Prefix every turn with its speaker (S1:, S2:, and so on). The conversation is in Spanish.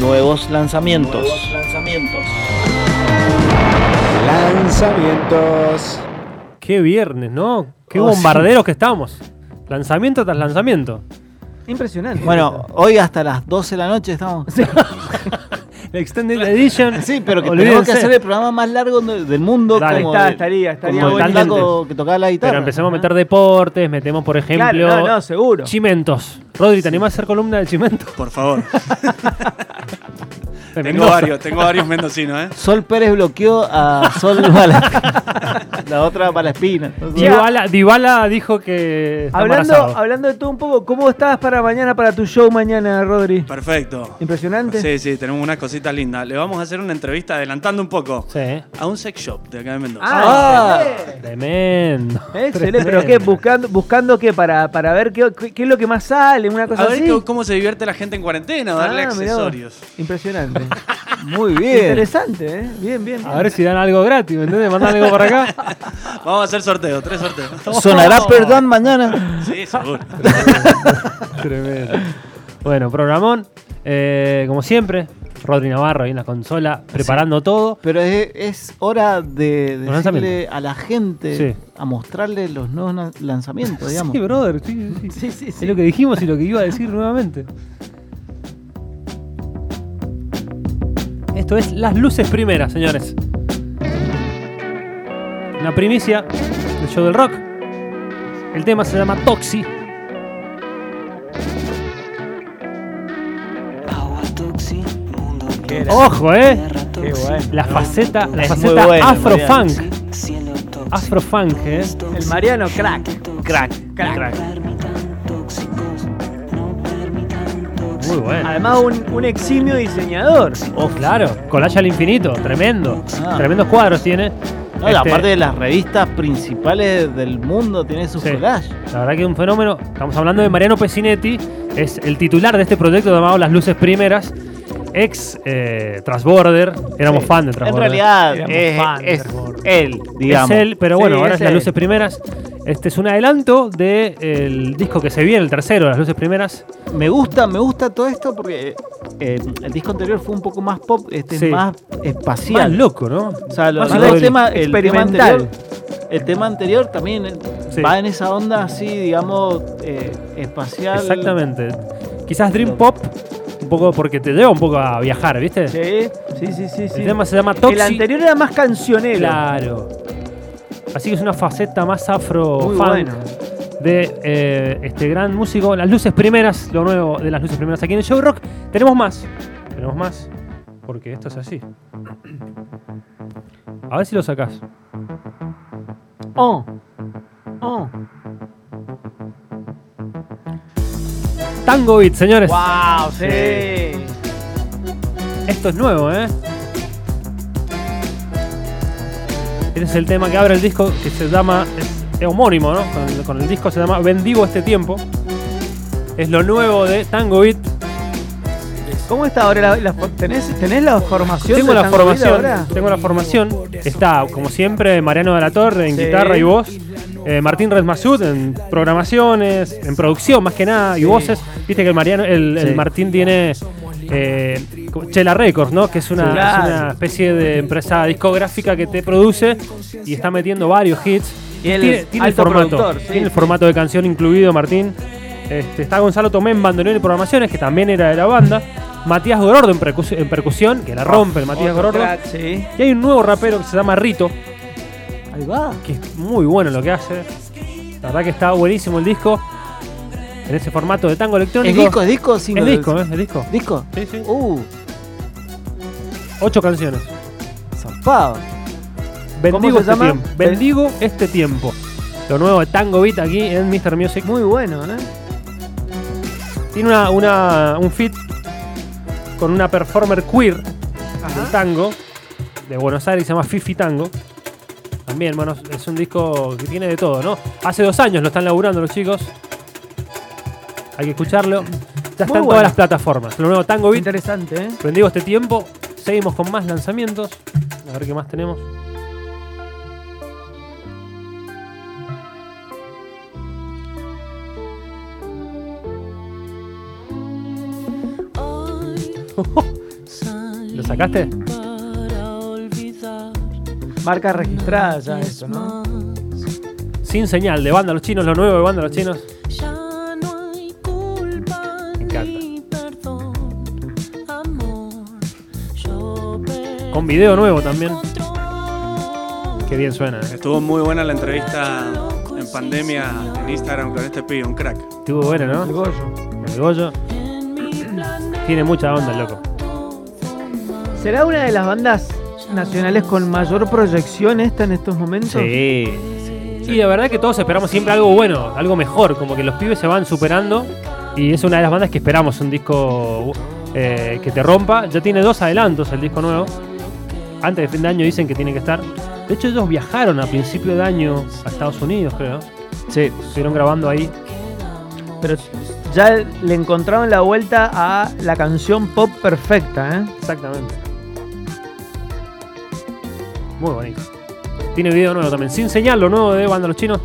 S1: Nuevos lanzamientos.
S2: Nuevos lanzamientos.
S3: Lanzamientos.
S4: Qué viernes, ¿no? Qué
S1: Oh, sí.
S4: bombarderos que estamos. Lanzamiento tras lanzamiento.
S5: Impresionante.
S1: Bueno, hoy hasta las 12 de la noche estamos. Sí,
S4: La Extended Edition.
S1: pero que tenemos
S4: Olvídense.
S1: que hacer el programa más largo de- del mundo.
S4: Dale,
S1: como
S5: Está-
S1: de-
S5: estaría, estaría
S1: como el
S4: bueno.
S1: taco que tocaba la guitarra.
S4: Pero empecemos a meter deportes, metemos, por ejemplo,
S5: Claro, no, no, seguro.
S4: chimentos. Rodri, ¿te animás a hacer columna de chimentos?
S6: Por favor.
S4: De
S6: tengo
S4: Mendoza.
S6: varios, tengo varios mendocinos, ¿eh?
S1: Sol Pérez bloqueó a Sol Bala. la otra para la espina.
S4: Dybala, Dybala dijo que está
S5: hablando,
S4: embarazado.
S5: hablando de todo un poco, ¿cómo estás para mañana, para tu show mañana, Rodri?
S6: Perfecto.
S5: Impresionante.
S6: Sí, sí, tenemos unas cositas lindas. Le vamos a hacer una entrevista adelantando un poco
S4: Sí, ¿eh?
S6: a un sex shop de acá de Mendoza.
S5: Ah,
S4: tremendo.
S5: excelente. ¿Pero qué? ¿Buscando, buscando qué? Para, para ver qué, qué- qué es lo que más sale, una cosa
S6: a ver
S5: pues así.
S6: qué- cómo se divierte la gente en cuarentena,
S5: Ah,
S6: darle
S5: mirá vos.
S6: accesorios.
S5: Impresionante.
S1: Muy bien.
S5: Interesante, ¿eh? Bien, bien. bien.
S4: A ver si dan algo gratis, ¿me entiendes? Mandan algo para acá.
S6: Vamos a hacer sorteos, tres sorteos. Oh.
S1: Sonará perdón mañana.
S6: Sí, seguro.
S4: Tremendo. Bueno, programón. Eh, como siempre, Rodri Navarro ahí en la consola, preparando todo.
S1: Pero es, es hora de
S4: Los lanzamientos.
S1: decirle a la gente,
S4: Sí.
S1: a mostrarle los nuevos na- lanzamientos, digamos.
S4: Sí, brother. Sí, sí, sí. Es lo que dijimos y lo que iba a decir nuevamente. Esto es Las Luces Primeras, señores. Una primicia del show del rock. El tema se llama Toxi. Ojo, eh.
S5: Qué bueno.
S4: La faceta, la
S1: Es muy
S4: faceta
S1: bueno,
S4: afrofunk. Afrofunk, eh.
S5: El Mariano, crack.
S4: Crack, crack, Muy bueno.
S5: Además, un, un eximio diseñador.
S4: Oh, claro. Collage al infinito, tremendo.
S1: Ah.
S4: Tremendos cuadros tiene.
S1: No, y
S4: Este,
S1: aparte de las revistas principales del mundo, tiene sus
S4: Sí.
S1: collages.
S4: La verdad que un fenómeno. Estamos hablando de Mariano Pesinetti, es el titular de este proyecto llamado Las Luces Primeras. Ex eh, Transborder, éramos
S1: Sí.
S4: fan de
S1: En
S4: Transborder.
S1: realidad
S4: Éramos
S1: es,
S4: fan de
S1: es
S4: Transborder.
S1: él, digamos.
S4: Es él, pero bueno,
S5: Sí,
S4: ahora
S5: es
S4: es Las
S5: él.
S4: Luces Primeras. Este es un adelanto del disco que se viene, el tercero, Las Luces Primeras.
S1: Me gusta, me gusta todo esto porque eh, el disco anterior fue un poco más pop, este
S4: Sí.
S1: es más
S4: Más
S1: espacial.
S4: loco, ¿no?
S1: O sea, lo-
S4: Más
S1: lo-
S4: loco
S1: el
S4: del-
S1: tema el tema
S5: experimental.
S1: anterior- el tema anterior también eh,
S4: Sí.
S1: va en esa onda así, digamos, eh, espacial.
S4: Exactamente. Quizás Dream Pop, un poco porque te lleva un poco a viajar, ¿viste?
S5: Sí, sí, sí, sí. sí.
S4: El tema se llama
S5: El
S4: Toxic.
S5: anterior era más cancionero.
S4: Claro. Así que es una faceta más afro
S5: Muy
S4: funk
S5: bueno.
S4: de eh, este gran músico. Las luces primeras, lo nuevo de las luces primeras aquí en el show rock. Tenemos más. Tenemos más. Porque esto es así. A ver si lo sacás.
S5: Oh. Oh.
S4: Tango Beat, señores.
S5: Wow, sí.
S4: Esto es nuevo, ¿eh? Este es el tema que abre el disco que se llama. Es, es homónimo, ¿no? Con el, con el disco se llama Bendigo este tiempo. Es lo nuevo de Tango Beat.
S5: ¿Cómo está ahora la, la for- tenés, tenés la formación?
S4: Tengo
S5: de
S4: la
S5: Tango Vida
S4: formación.
S5: ahora?
S4: Tengo la formación. Está, como siempre, Mariano de la Torre en
S5: Sí.
S4: guitarra y voz. Eh, Martín Redmasud en programaciones, en producción más que nada, y voces. Viste que el Mariano, el, el
S1: Sí.
S4: Martín tiene eh, como Chela Records, ¿no? Que es una,
S5: Sí, claro.
S4: es una especie de empresa discográfica que te produce y está metiendo varios hits.
S5: Y él
S4: tiene,
S5: es
S4: tiene el
S5: alto
S4: formato.
S5: productor, sí.
S4: Tiene el formato de canción incluido, Martín. Este, está Gonzalo Tomé en bandoneón y programaciones, que también era de la banda. Matías Gorordo en, percus- en percusión, que la rompe el Matías
S5: Otro
S4: Gorordo.
S5: crack, sí.
S4: Y hay un nuevo rapero que se llama Rito,
S1: Ahí va.
S4: que es muy bueno lo que hace. La verdad que está buenísimo el disco. En ese formato de tango electrónico.
S1: ¿Es disco, es disco? o
S4: Es
S1: single?
S4: disco, ¿eh? Es disco.
S1: ¿Disco?
S4: Sí, sí.
S1: Uh,
S4: Ocho canciones.
S1: zarpado.
S4: Bendigo
S5: se
S4: este
S5: llama?
S4: tiempo. Bendigo este tiempo. Lo nuevo de Tango Beat aquí en Mr. Music.
S5: Muy bueno, ¿eh?
S4: Tiene una, una- un fit con una performer queer del tango de Buenos Aires, se llama Fifi Tango. También, bueno, es un disco que tiene de todo, ¿no? Hace dos años lo están laburando los chicos. Hay que escucharlo. Ya están
S5: bueno.
S4: todas las plataformas. Lo nuevo Tango Beat.
S5: Interesante, ¿eh?
S4: Bendigo este tiempo. Seguimos con más lanzamientos. A ver qué más tenemos. sacaste?
S5: Marca registrada ya eso, ¿no?
S4: Sin señal, de banda los chinos, lo nuevo de banda los chinos.
S2: Ya no hay culpa
S4: Me encanta.
S2: ni perdón, amor. Yo perdí
S4: Con video nuevo también.
S2: control.
S4: Qué bien suena. eh.
S6: Estuvo muy buena la entrevista en pandemia en Instagram con este pibe, un crack.
S4: Estuvo bueno,
S5: El
S4: ¿no?
S5: Goyo.
S4: El Goyo. Tiene mucha onda el loco.
S5: ¿Será una de las bandas nacionales con mayor proyección esta en estos momentos?
S4: Sí. Y la verdad que todos esperamos siempre algo bueno, algo mejor, como que los pibes se van superando y es una de las bandas que esperamos, un disco eh, que te rompa. Ya tiene dos adelantos el disco nuevo. Antes de fin de año dicen que tiene que estar. De hecho ellos viajaron a principio de año a Estados Unidos, creo.
S1: Sí.
S4: Estuvieron grabando ahí.
S5: Pero ya le encontraron la vuelta a la canción pop perfecta, ¿eh?
S4: Exactamente. Muy bonito. Tiene video nuevo también. Sin señal, lo nuevo de Banda Los Chinos.